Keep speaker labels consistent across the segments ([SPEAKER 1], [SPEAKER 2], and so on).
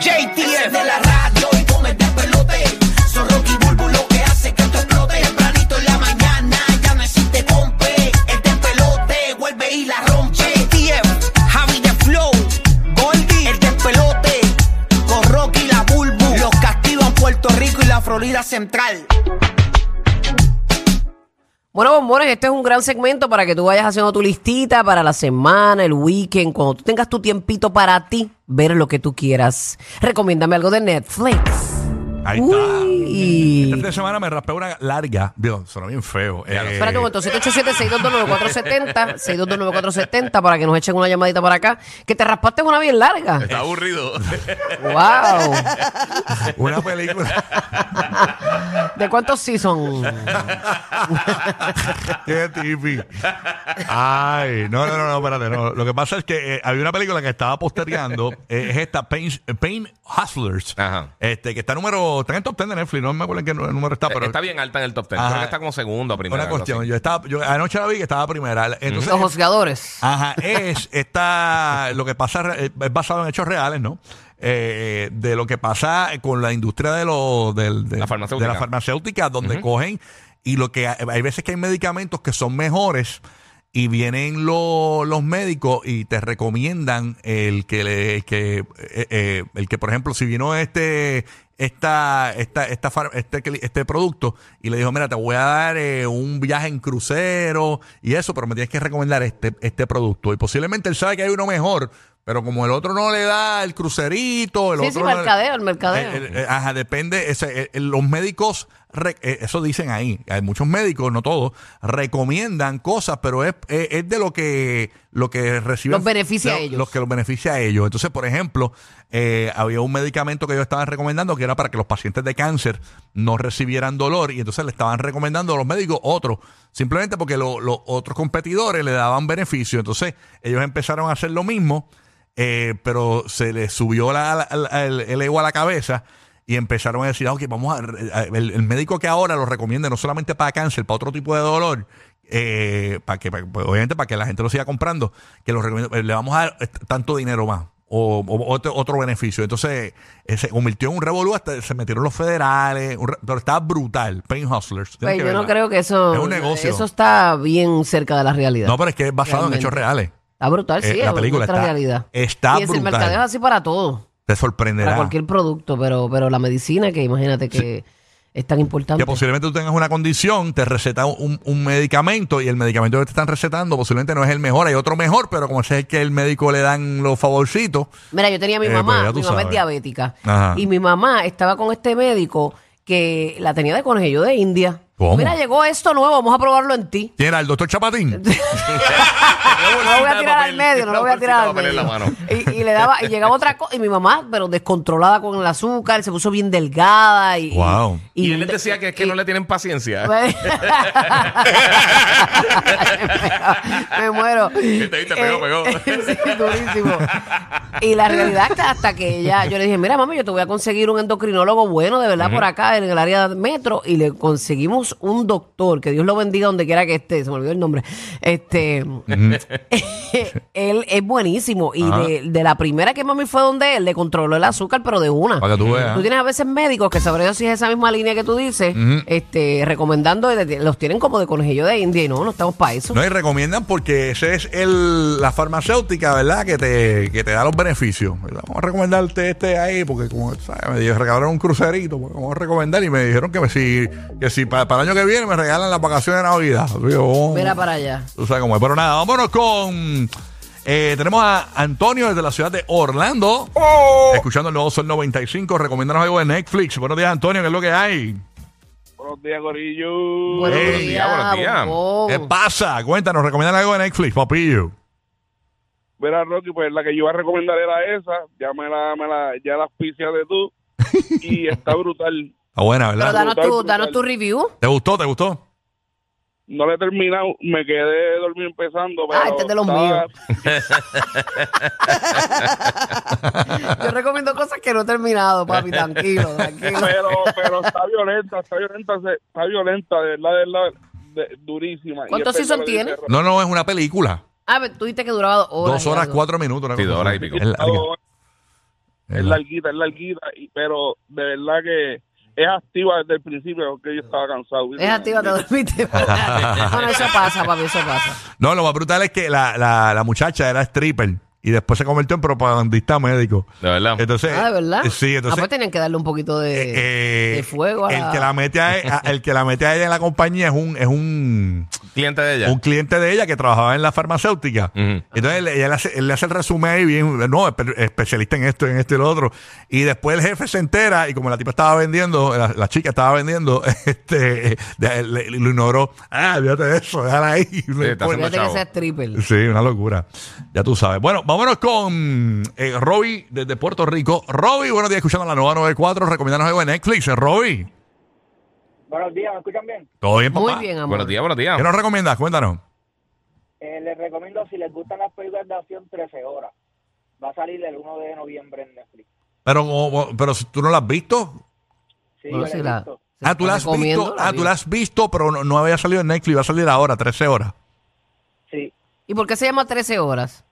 [SPEAKER 1] JT es de la radio y come de pelote. Son Rocky Bulbo lo que hace que esto explote. Tempranito en la mañana ya no existe compe. El de pelote vuelve y la rompe. JTF, Javi de Flow, Goldie, el de pelote. Con Rocky y la Bulbo. Los castigan Puerto Rico y la Florida Central.
[SPEAKER 2] Bueno, bombones, este es un gran segmento para que tú vayas haciendo tu listita para la semana, el weekend, cuando tú tengas tu tiempito para ti, ver lo que tú quieras. Recomiéndame algo de Netflix.
[SPEAKER 3] Ahí
[SPEAKER 2] Uy.
[SPEAKER 3] está. Este fin de semana me raspé una larga. Dios, suena bien feo. Eh,
[SPEAKER 2] Espérate un momento, 787-622-9470, 622-9470, para que nos echen una llamadita para acá, que te raspaste una bien larga.
[SPEAKER 4] Está aburrido.
[SPEAKER 2] ¡Wow!
[SPEAKER 3] Una película.
[SPEAKER 2] ¿De cuántos season?
[SPEAKER 3] Qué tipi. Ay, no, no, no, no, espérate. No. Lo que pasa es que eh, había una película que estaba postergando. eh, es esta, Pain, Pain Hustlers.
[SPEAKER 4] Ajá. Eh,
[SPEAKER 3] Este, que está número. Está en el top 10 de Netflix. No me acuerdo en qué nu- número está, pero.
[SPEAKER 4] está bien alta en el top 10.
[SPEAKER 3] Ajá.
[SPEAKER 4] Creo que está como segundo o primero.
[SPEAKER 3] Una
[SPEAKER 4] algo
[SPEAKER 3] cuestión.
[SPEAKER 4] así.
[SPEAKER 3] Yo estaba, yo anoche la vi que estaba primera. Entonces,
[SPEAKER 2] Los juzgadores.
[SPEAKER 3] Ajá, es esta, lo que pasa, eh, es basado en hechos reales, ¿no? Eh, de lo que pasa con la industria de, lo, del- de,
[SPEAKER 4] La farmacéutica.
[SPEAKER 3] de la farmacéutica, donde cogen y lo que hay veces que hay medicamentos que son mejores y vienen lo- los médicos y te recomiendan el que le- el que eh, eh, el que por ejemplo si vino este esta, esta, esta far- este, cli- este producto y le dijo, mira, te voy a dar eh, un viaje en crucero y eso, pero me tienes que recomendar este, este producto. Y posiblemente él sabe que hay uno mejor, pero como el otro no le da el crucerito, el
[SPEAKER 2] Sí, sí,
[SPEAKER 3] otro... no le-
[SPEAKER 2] mercadeo, el mercadeo.
[SPEAKER 3] El- el- eh, Ajá, depende. ese, eh, eh, los médicos, re- eh, eso dicen ahí, hay muchos médicos, no todos, recomiendan cosas, pero es, eh, es de lo que, lo que reciben.
[SPEAKER 2] Los beneficia
[SPEAKER 3] de-
[SPEAKER 2] a ellos.
[SPEAKER 3] Los que los beneficia a ellos. Entonces, por ejemplo, eh, había un medicamento que ellos estaban recomendando que era para que los pacientes de cáncer no recibieran dolor y entonces le estaban recomendando a los médicos otro, simplemente porque lo- los otros competidores le daban beneficio. Entonces, ellos empezaron a hacer lo mismo. Eh, pero se le subió la- la- la- el, el ego a la cabeza y empezaron a decir, ah, ok, vamos a, a- el, el médico que ahora lo recomienda no solamente para cáncer, para otro tipo de dolor, eh, para que, para- pues, obviamente para que la gente lo siga comprando, que lo recomienda, eh, le vamos a dar eh, tanto dinero más. O, o otro, otro beneficio. Entonces eh, se convirtió en un revolú, hasta se metieron los federales, un re- pero estaba brutal. Pain Hustlers.
[SPEAKER 2] Pues
[SPEAKER 3] Tienes que
[SPEAKER 2] yo no
[SPEAKER 3] verla.
[SPEAKER 2] creo que eso.
[SPEAKER 3] Es un negocio.
[SPEAKER 2] Eso está bien cerca de la realidad.
[SPEAKER 3] No, pero es que es basado
[SPEAKER 2] Realmente.
[SPEAKER 3] en hechos reales.
[SPEAKER 2] Está brutal,
[SPEAKER 3] Eh,
[SPEAKER 2] sí.
[SPEAKER 3] la
[SPEAKER 2] es
[SPEAKER 3] película
[SPEAKER 2] nuestra
[SPEAKER 3] está,
[SPEAKER 2] realidad.
[SPEAKER 3] está
[SPEAKER 2] y es, el
[SPEAKER 3] brutal.
[SPEAKER 2] mercadeo es así para todo.
[SPEAKER 3] Te sorprenderá.
[SPEAKER 2] Para cualquier producto, pero, pero la medicina, que imagínate que es tan importante.
[SPEAKER 3] Que posiblemente tú tengas una condición, te receta un, un medicamento y el medicamento que te están recetando posiblemente no es el mejor, hay otro mejor, pero como ese es el que el médico le dan los favorcitos,
[SPEAKER 2] Mira, yo tenía a mi
[SPEAKER 3] Eh,
[SPEAKER 2] mamá,
[SPEAKER 3] pues ya tú
[SPEAKER 2] mi mamá es
[SPEAKER 3] sabes.
[SPEAKER 2] diabética.
[SPEAKER 3] Ajá.
[SPEAKER 2] Y mi mamá estaba con este médico que la tenía de conejillo de India.
[SPEAKER 3] ¿Cómo?
[SPEAKER 2] Mira, llegó esto nuevo, vamos a probarlo en ti.
[SPEAKER 3] tiene al doctor Chapatín.
[SPEAKER 4] Ah,
[SPEAKER 2] No lo voy a tirar al medio, no lo voy a tirar al
[SPEAKER 4] Una bolsita de papel en la
[SPEAKER 2] medio.
[SPEAKER 4] mano.
[SPEAKER 2] Y, y le daba, y llegaba otra cosa, y mi mamá, pero descontrolada con el azúcar, se puso bien delgada y.
[SPEAKER 3] Wow.
[SPEAKER 4] Y él les decía que es que no le tienen paciencia.
[SPEAKER 2] me muero. Eh,
[SPEAKER 4] Viste, viste, pegó, pegó.
[SPEAKER 2] sí, durísimo. Y la realidad es que hasta que ella, yo le dije, mira, mami, yo te voy a conseguir un endocrinólogo bueno, de verdad, por acá, en el área metro, y le conseguimos un doctor, que Dios lo bendiga donde quiera que esté, se me olvidó el nombre. Este, él es buenísimo, y de, de la primera que mami fue donde él, le controló el azúcar, pero de una.
[SPEAKER 3] Para que tú veas.
[SPEAKER 2] Tú tienes a veces médicos que sabré yo si es esa misma línea que tú dices, este, recomendando, los tienen como de conejillo de India y no, no estamos para eso.
[SPEAKER 3] No, y recomiendan porque ese es el, la farmacéutica, ¿verdad? Que te, que te da los beneficios. ¿verdad? Vamos a recomendarte este ahí, porque como ¿sabes? me dijeron, regalaron un crucerito, pues, vamos a recomendar y me dijeron que si, que si para, para el año que viene me regalan las vacaciones de Navidad. Digo, oh.
[SPEAKER 2] Mira para allá.
[SPEAKER 3] Tú sabes cómo es. Pero nada, vámonos con. eh, tenemos a Antonio desde la ciudad de Orlando.
[SPEAKER 2] Oh.
[SPEAKER 3] Escuchando el nuevo Sol 95. Recomiéndanos algo de Netflix. Buenos días, Antonio, ¿qué es lo que hay?
[SPEAKER 5] Buenos días,
[SPEAKER 3] Eh,
[SPEAKER 5] Gorillo.
[SPEAKER 2] Buenos
[SPEAKER 3] Hey,
[SPEAKER 2] días,
[SPEAKER 4] buenos días.
[SPEAKER 2] bombón.
[SPEAKER 3] ¿Qué pasa? Cuéntanos, recomiendan algo de Netflix, papillo.
[SPEAKER 5] Mira, Rocky, pues la que yo iba a recomendar era esa. Ya me la, me la, ya las picias de tú. Y está brutal.
[SPEAKER 3] Está buena,
[SPEAKER 2] Pero
[SPEAKER 3] ¿verdad?
[SPEAKER 2] danos tu, danos tu review.
[SPEAKER 3] ¿Te gustó? ¿Te gustó?
[SPEAKER 5] No la he terminado. Me quedé dormido empezando. Pero
[SPEAKER 2] Ah, este es de los
[SPEAKER 5] está-
[SPEAKER 2] Yo recomiendo cosas que no he terminado, papi, tranquilo, tranquilo.
[SPEAKER 5] Pero, pero está violenta, está violenta, se- está violenta, de verdad, de verdad, de- durísima. Y
[SPEAKER 2] ¿Cuántos
[SPEAKER 5] es
[SPEAKER 2] season
[SPEAKER 5] verdad lo que
[SPEAKER 2] tiene?
[SPEAKER 5] dice Rocky.
[SPEAKER 3] No, no, es una película.
[SPEAKER 2] Ah, pero tú dijiste que duraba dos horas. Oh.
[SPEAKER 3] Dos
[SPEAKER 2] y
[SPEAKER 3] horas,
[SPEAKER 2] algo.
[SPEAKER 3] cuatro minutos. una
[SPEAKER 4] Sí,
[SPEAKER 3] cosa
[SPEAKER 4] dos horas
[SPEAKER 3] así.
[SPEAKER 4] y pico.
[SPEAKER 3] Es larga.
[SPEAKER 5] Oh, Es larguita, es larguita, y- pero de verdad que es activa desde el principio, porque yo estaba cansado.
[SPEAKER 2] Es activa, te dormiste. bueno, eso pasa, papi, eso pasa.
[SPEAKER 3] No, lo más brutal es que la, la, la muchacha era stripper y después se convirtió en propagandista médico.
[SPEAKER 4] De verdad.
[SPEAKER 3] Entonces,
[SPEAKER 2] Ah, ¿de verdad?
[SPEAKER 3] eh, Sí,
[SPEAKER 2] Ah, pues
[SPEAKER 3] entonces.
[SPEAKER 2] tenían que darle un poquito de,
[SPEAKER 3] eh,
[SPEAKER 2] de fuego a
[SPEAKER 3] el que la mete a, e- a- el que la mete a ella en la compañía es un es un,
[SPEAKER 4] Cliente de ella.
[SPEAKER 3] un cliente de ella que trabajaba en la farmacéutica
[SPEAKER 4] Ujú.
[SPEAKER 3] entonces él, ella le hace, él le hace el resumen ahí bien no espe- especialista en esto en esto y lo otro y después el jefe se entera y como la tipa estaba vendiendo la, la chica estaba vendiendo este de- le- lo ignoró ah fíjate de eso déjala ahí No
[SPEAKER 4] está
[SPEAKER 3] importa.
[SPEAKER 2] Fíjate que
[SPEAKER 4] chavo.
[SPEAKER 2] sea stripper.
[SPEAKER 3] Sí, una locura. Ya tú sabes. Bueno, vámonos con eh, Roby desde Puerto Rico. Roby, buenos días, escuchando la nueva 94. Recomiéndanos algo de Netflix. Eh, Roby,
[SPEAKER 6] Buenos días, ¿me escuchan bien?
[SPEAKER 3] ¿todo bien, papá?
[SPEAKER 2] Muy bien, amor.
[SPEAKER 4] Buenos días, buenos días.
[SPEAKER 3] ¿Qué nos recomiendas? Cuéntanos.
[SPEAKER 6] Eh, les recomiendo, si les gustan las películas de acción, 13 horas. Va a salir el 1 de noviembre en Netflix.
[SPEAKER 3] Pero, o- o- pero si tú no la has visto.
[SPEAKER 6] Sí,
[SPEAKER 2] Bueno,
[SPEAKER 6] yo la
[SPEAKER 2] si
[SPEAKER 6] he
[SPEAKER 2] la-
[SPEAKER 6] visto.
[SPEAKER 2] si
[SPEAKER 3] Ah, tú la has
[SPEAKER 2] recomiendo,
[SPEAKER 3] visto.
[SPEAKER 2] la
[SPEAKER 3] Ah,
[SPEAKER 2] vi.
[SPEAKER 3] tú la has visto, pero no, no había salido en Netflix. Va a salir ahora, 13 horas.
[SPEAKER 6] Sí,
[SPEAKER 2] ¿Y por qué se llama 13 horas?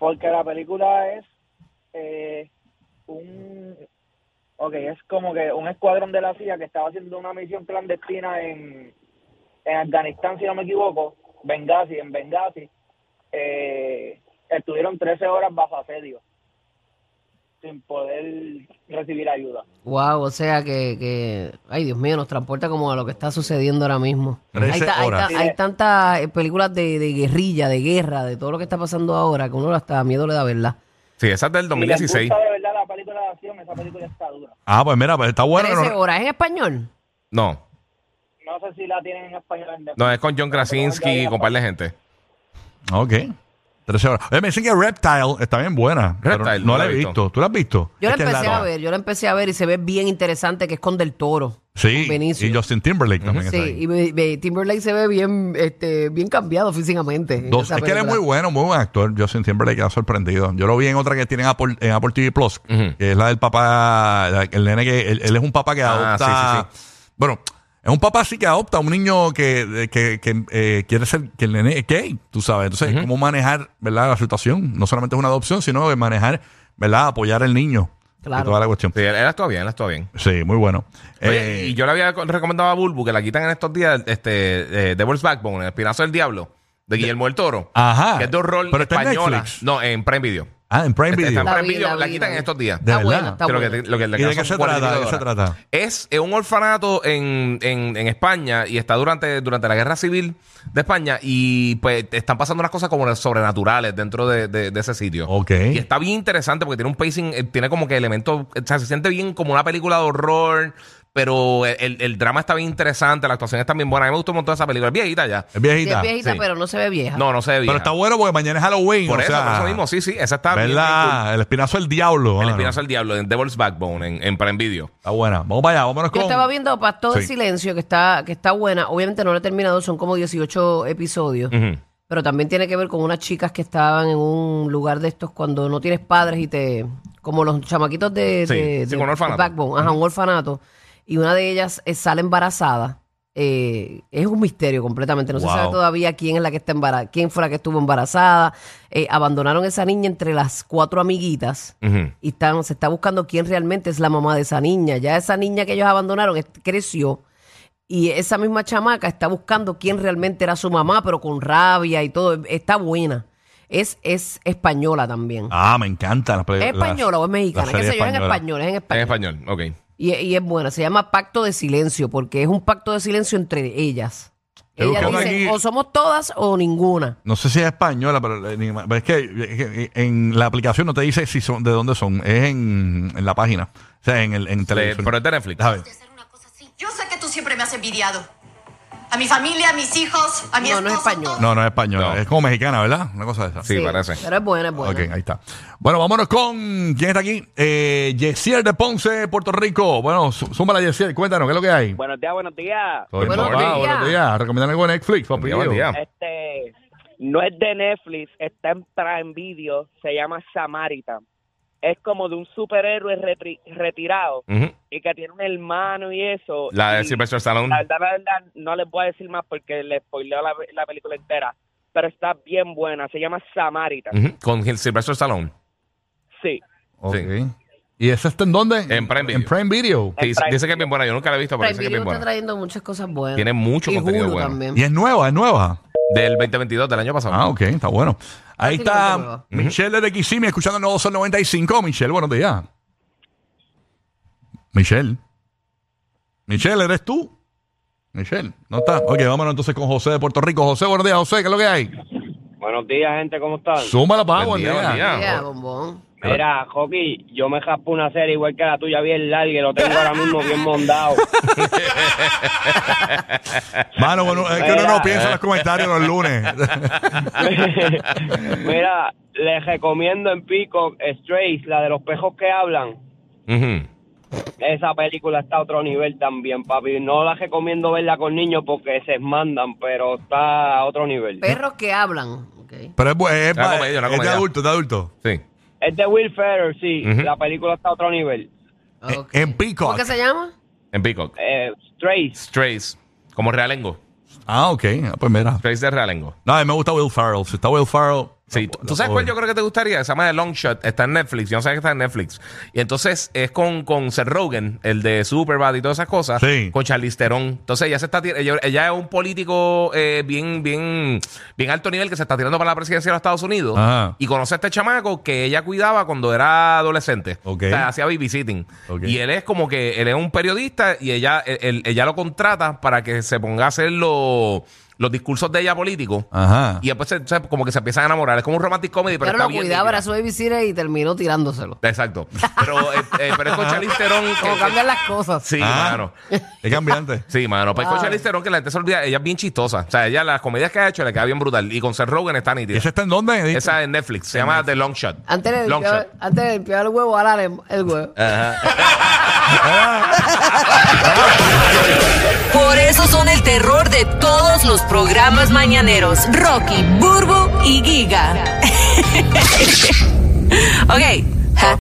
[SPEAKER 6] porque la película es eh, un... Ok, es como que un escuadrón de la CIA que estaba haciendo una misión clandestina en, en Afganistán, si no me equivoco, Benghazi, en Benghazi. Eh, estuvieron 13 horas bajo asedio, sin poder recibir ayuda.
[SPEAKER 2] Wow, o sea que, que- ay Dios mío, nos transporta como a lo que está sucediendo ahora mismo. Hay,
[SPEAKER 3] 13
[SPEAKER 2] hay
[SPEAKER 3] horas.
[SPEAKER 2] hay tantas eh, películas de, de guerrilla, de guerra, de todo lo que está pasando ahora, que uno hasta miedo le da verla.
[SPEAKER 4] Sí, esa es del
[SPEAKER 6] Si les
[SPEAKER 4] 2016.
[SPEAKER 6] gusta de verdad la película de acción, esa película está dura.
[SPEAKER 3] Ah, pues mira, pues está bueno.
[SPEAKER 2] 13
[SPEAKER 3] no-
[SPEAKER 2] horas en español.
[SPEAKER 4] No,
[SPEAKER 6] No sé si la tienen en español. En
[SPEAKER 4] no, es con John Krasinski y con un par de gente.
[SPEAKER 3] Ok. 13 horas. Oye, me dicen que Reptile está bien buena. pero
[SPEAKER 4] Reptile,
[SPEAKER 3] no la he visto. ¿Tú la has visto?
[SPEAKER 2] Yo la
[SPEAKER 3] Es que Este es
[SPEAKER 2] empecé
[SPEAKER 3] larga.
[SPEAKER 2] a ver, yo la empecé a ver y se ve bien interesante que es con Del Toro.
[SPEAKER 3] Sí.
[SPEAKER 2] con Benicio.
[SPEAKER 3] Y Justin Timberlake también
[SPEAKER 2] Sí,
[SPEAKER 3] está ahí.
[SPEAKER 2] y ve- ve- Timberlake se ve bien, este, bien cambiado físicamente. en
[SPEAKER 3] Dos-
[SPEAKER 2] esa
[SPEAKER 3] es que él es
[SPEAKER 2] película.
[SPEAKER 3] muy bueno, muy buen actor. Yo siempre le queda sorprendido. Yo lo vi en otra que tienen Apple- en Apple TV Plus,
[SPEAKER 4] Ujú.
[SPEAKER 3] que es la del papá, la- el nene que, él, él es un papá que
[SPEAKER 4] Ah,
[SPEAKER 3] adopta. Bueno, es un papá sí que adopta a un niño que, de- que, que, eh, quiere ser, que el nene es gay, tú sabes. Entonces, cómo manejar, ¿verdad? La situación. No solamente es una adopción, sino de manejar, ¿verdad? Apoyar al niño.
[SPEAKER 2] Claro.
[SPEAKER 3] Y toda la cuestión.
[SPEAKER 4] Sí, él, él actúa bien, él actúa bien.
[SPEAKER 3] Sí, muy bueno.
[SPEAKER 4] Oye,
[SPEAKER 3] Eh,
[SPEAKER 4] y yo le había co- recomendado a Bulbu que la quitan en estos días, este, eh, Devil's Backbone, El Espinazo del Diablo, de Guillermo del Toro.
[SPEAKER 3] Ajá.
[SPEAKER 4] Que es de horror
[SPEAKER 3] Pero está en
[SPEAKER 4] española.
[SPEAKER 3] Netflix.
[SPEAKER 4] no, en Prime Video.
[SPEAKER 3] ah, en Prime
[SPEAKER 4] Está- este está
[SPEAKER 3] Video.
[SPEAKER 4] en
[SPEAKER 2] La
[SPEAKER 4] Prime
[SPEAKER 2] vi,
[SPEAKER 4] Video,
[SPEAKER 2] la
[SPEAKER 4] la,
[SPEAKER 2] vi,
[SPEAKER 4] quitan
[SPEAKER 2] la
[SPEAKER 4] en
[SPEAKER 2] vi.
[SPEAKER 4] estos días.
[SPEAKER 3] De
[SPEAKER 2] Está buena,
[SPEAKER 3] verdad.
[SPEAKER 2] está
[SPEAKER 4] Que lo
[SPEAKER 2] buena.
[SPEAKER 4] que te- lo que le
[SPEAKER 3] ¿Y de
[SPEAKER 4] alcanzan
[SPEAKER 3] qué se
[SPEAKER 4] son 40
[SPEAKER 3] trata?
[SPEAKER 4] y
[SPEAKER 3] ¿De qué se
[SPEAKER 4] pico de
[SPEAKER 3] trata?
[SPEAKER 4] dólares. Es eh, un orfanato en, en- en España y está durante, durante la guerra civil de España y pues te están pasando unas cosas como sobrenaturales dentro de, de- de ese sitio.
[SPEAKER 3] Ok.
[SPEAKER 4] Y está bien interesante porque tiene un pacing, eh, tiene como que elementos, o sea, se siente bien como una película de horror, pero el, el- el drama está bien interesante, la actuación está bien buena. A mí me gustó un montón esa película, es viejita ya.
[SPEAKER 3] Es
[SPEAKER 2] Sí,
[SPEAKER 3] viejita.
[SPEAKER 2] es viejita,
[SPEAKER 4] sí.
[SPEAKER 2] pero no se ve vieja.
[SPEAKER 4] No, no se ve bien.
[SPEAKER 3] Pero está bueno porque mañana es Halloween.
[SPEAKER 4] Por
[SPEAKER 3] o
[SPEAKER 4] eso,
[SPEAKER 3] sea,
[SPEAKER 4] por eso mismo, sí, sí, esa está bien, bien
[SPEAKER 3] ¿Verdad?
[SPEAKER 4] cool.
[SPEAKER 3] El espinazo del diablo.
[SPEAKER 4] El
[SPEAKER 3] mano.
[SPEAKER 4] espinazo del diablo en Devil's Backbone en, en Prime Video.
[SPEAKER 3] Está buena. Vamos para allá, vámonos
[SPEAKER 2] Yo
[SPEAKER 3] con.
[SPEAKER 2] estaba viendo Pastor de
[SPEAKER 3] Sí.
[SPEAKER 2] Silencio, que está, que está buena. Obviamente no la he terminado, son como 18 episodios.
[SPEAKER 4] Ujú.
[SPEAKER 2] Pero también tiene que ver con unas chicas que estaban en un lugar de estos cuando no tienes padres y te. como los chamaquitos de.
[SPEAKER 4] Sí,
[SPEAKER 2] de-
[SPEAKER 4] sí,
[SPEAKER 2] de
[SPEAKER 4] con un orfanato. Mm.
[SPEAKER 2] Backbone, ajá, un orfanato. Y una de ellas eh, sale embarazada. Eh, es un misterio completamente. No se
[SPEAKER 3] Wow.
[SPEAKER 2] sabe todavía quién es la que está embarazada, quién fue la que estuvo embarazada. Eh, abandonaron esa niña entre las cuatro amiguitas
[SPEAKER 4] Ujú.
[SPEAKER 2] y están, se está buscando quién realmente es la mamá de esa niña. Ya esa niña que ellos abandonaron es- creció y esa misma chamaca está buscando quién realmente era su mamá, pero con rabia y todo. Está buena. Es, es española también.
[SPEAKER 3] Ah, me encanta. La,
[SPEAKER 2] ¿Es española o es mexicana? ¿Qué sé yo? Es en español, es en
[SPEAKER 4] En
[SPEAKER 2] español.
[SPEAKER 4] español, ok.
[SPEAKER 2] Y, y es buena. Se llama Pacto de Silencio porque es un pacto de silencio entre ellas.
[SPEAKER 3] Estoy
[SPEAKER 2] Ellas
[SPEAKER 3] buscando
[SPEAKER 2] dicen,
[SPEAKER 3] aquí-
[SPEAKER 2] o somos todas o ninguna.
[SPEAKER 3] No sé si es española, pero, eh, ni- pero es, que, es que eh, en la aplicación no te dice si son de dónde son. Es en, en la página. O sea, en, el, en
[SPEAKER 4] Le-
[SPEAKER 3] televisión.
[SPEAKER 4] pero es de Netflix.
[SPEAKER 3] Déjame ver.
[SPEAKER 7] hacer una cosa así. Yo sé que tú siempre me has envidiado. a mi familia, a mis hijos, a mi
[SPEAKER 2] No, no es
[SPEAKER 7] esposo.
[SPEAKER 2] español.
[SPEAKER 3] No, no es español.
[SPEAKER 4] No.
[SPEAKER 3] Es como mexicana, ¿verdad? Una cosa de esa.
[SPEAKER 4] Sí, parece.
[SPEAKER 2] Pero es buena, es buena.
[SPEAKER 3] Ok, ahí está. Bueno, vámonos con. ¿Quién está aquí? Eh, Yesiel de Ponce, Puerto Rico. Bueno, sú- súmala, Yesiel. Cuéntanos, ¿qué es lo que hay?
[SPEAKER 6] Buenos días, buenos días.
[SPEAKER 3] Todo bien,
[SPEAKER 4] Buenos
[SPEAKER 3] papá.
[SPEAKER 4] días.
[SPEAKER 3] Buenos días. Recomiéndame algo de Netflix, papi.
[SPEAKER 4] Buen día, buen día.
[SPEAKER 6] Este no es de Netflix, está en Prime Video, se llama Samaritan. Es como de un superhéroe repri- retirado
[SPEAKER 4] Ujú.
[SPEAKER 6] y que tiene un hermano y eso.
[SPEAKER 4] La de
[SPEAKER 6] y
[SPEAKER 4] Sylvester Stallone.
[SPEAKER 6] la verdad, la verdad, no les voy a decir más porque les spoileo la, la película entera, pero está bien buena, se llama Samaritan.
[SPEAKER 4] Ujú. Con Gil- Sylvester Stallone.
[SPEAKER 6] Sí.
[SPEAKER 3] Ok.
[SPEAKER 4] Sí.
[SPEAKER 3] ¿Y ese está en dónde?
[SPEAKER 4] En Prime Video.
[SPEAKER 3] En Prime Video.
[SPEAKER 4] Que Dice,
[SPEAKER 6] Prime
[SPEAKER 4] dice que es bien buena. Yo nunca la he visto, pero
[SPEAKER 2] Prime
[SPEAKER 4] dice que es
[SPEAKER 2] Video
[SPEAKER 4] bien
[SPEAKER 2] está
[SPEAKER 4] buena.
[SPEAKER 2] trayendo muchas cosas buenas.
[SPEAKER 4] Tiene mucho
[SPEAKER 2] y
[SPEAKER 4] contenido
[SPEAKER 2] Hulu
[SPEAKER 4] bueno.
[SPEAKER 2] también.
[SPEAKER 3] Y es nueva, es nueva.
[SPEAKER 4] Del 2022, del año pasado.
[SPEAKER 3] Ah, ok, está bueno. Ahí
[SPEAKER 2] Prácticamente nueva.
[SPEAKER 3] está Michelle de Kissimmee escuchando el nuevo Sol 95. Michelle, buenos días. Michelle. Michelle, ¿eres tú? Michelle, no está. Ok, vámonos entonces con José de Puerto Rico. José, buenos días, José, ¿qué es lo que hay?
[SPEAKER 6] Buenos días, gente, ¿cómo están?
[SPEAKER 3] Súmala para
[SPEAKER 4] Buen
[SPEAKER 3] buen
[SPEAKER 4] día, buen
[SPEAKER 3] día.
[SPEAKER 4] día.
[SPEAKER 2] Mira, bombón.
[SPEAKER 6] Mira, Joki, yo me jaspo una serie igual que la tuya, bien larga, y lo tengo ahora mismo bien mondado.
[SPEAKER 3] Mano, bueno, es que uno no
[SPEAKER 6] Mira.
[SPEAKER 3] piensa en los comentarios los lunes.
[SPEAKER 6] Mira, les recomiendo en Pico Strays, la de los pejos que hablan.
[SPEAKER 4] Ujú.
[SPEAKER 6] Esa película está a otro nivel también, papi. No la recomiendo verla con niños porque se mandan, pero está a otro nivel.
[SPEAKER 4] ¿Eh?
[SPEAKER 2] Perros que hablan. ok.
[SPEAKER 3] Pero es, bu- es,
[SPEAKER 4] Una comedia, una
[SPEAKER 3] es de
[SPEAKER 4] comedia.
[SPEAKER 3] adulto, es de adulto.
[SPEAKER 4] Sí.
[SPEAKER 6] Es de Will Ferrell, sí.
[SPEAKER 4] Ujú.
[SPEAKER 6] La película está a otro nivel.
[SPEAKER 3] En-
[SPEAKER 2] Ok.
[SPEAKER 3] En Peacock.
[SPEAKER 2] ¿Cómo que se llama?
[SPEAKER 4] En Peacock.
[SPEAKER 6] Eh, Strays.
[SPEAKER 4] Strays. Como Realengo.
[SPEAKER 3] Ah, ok. Ah, Pues mira.
[SPEAKER 4] Strays de Realengo.
[SPEAKER 3] No, a mí me gusta Will Farrell. Si está Will Farrell.
[SPEAKER 4] Sí,
[SPEAKER 3] la-
[SPEAKER 4] ¿tú-
[SPEAKER 3] la
[SPEAKER 4] ¿tú sabes cuál yo
[SPEAKER 3] puedo
[SPEAKER 4] creo que te gustaría? Se llama The Long Shot, está en Netflix, yo no sabía que está en Netflix. Y entonces es con, con Seth Rogen, el de Superbad y todas esas cosas,
[SPEAKER 3] Sí.
[SPEAKER 4] con Charlize Theron. Entonces ella se está tir- ella, ella es un político eh, bien bien bien alto nivel que se está tirando para la presidencia de los Estados Unidos
[SPEAKER 3] Ajá.
[SPEAKER 4] y conoce a este chamaco que ella cuidaba cuando era adolescente.
[SPEAKER 3] Ok.
[SPEAKER 4] O sea, hacía babysitting.
[SPEAKER 3] Ok.
[SPEAKER 4] Y él es como que él es un periodista y ella él- él- ella lo contrata para que se ponga a hacer los los discursos de ella políticos.
[SPEAKER 3] Ajá.
[SPEAKER 4] Y después se- se- como que se empiezan a enamorar. Es como un romantic comedy, pero,
[SPEAKER 2] Pero
[SPEAKER 4] está
[SPEAKER 2] lo
[SPEAKER 4] bien
[SPEAKER 2] cuidaba, era
[SPEAKER 4] nítida.
[SPEAKER 2] su babysitter y terminó tirándolo.
[SPEAKER 4] Exacto. Pero, eh, eh, pero es con Charlize Theron que-
[SPEAKER 2] Como cambian las cosas.
[SPEAKER 4] Sí,
[SPEAKER 3] Ah.
[SPEAKER 4] mano.
[SPEAKER 3] Es cambiante.
[SPEAKER 4] Sí, mano. Pues con
[SPEAKER 2] Wow.
[SPEAKER 4] Charlize Theron que la gente se olvida. Ella es bien chistosa. O sea, ella las comedias que ha hecho le queda bien brutal. Y con Seth Rogen está
[SPEAKER 3] ¿Y ese
[SPEAKER 4] nítida.
[SPEAKER 3] está en dónde?
[SPEAKER 4] Esa es Netflix. Se llama The Long Shot.
[SPEAKER 2] Antes de
[SPEAKER 4] Long
[SPEAKER 2] limpiar
[SPEAKER 4] Shot.
[SPEAKER 2] antes de limpiar el huevo, ahora le- el huevo.
[SPEAKER 8] Por eso son el terror de todos los programas mañaneros. Rocky, Burbo y Giga. ok,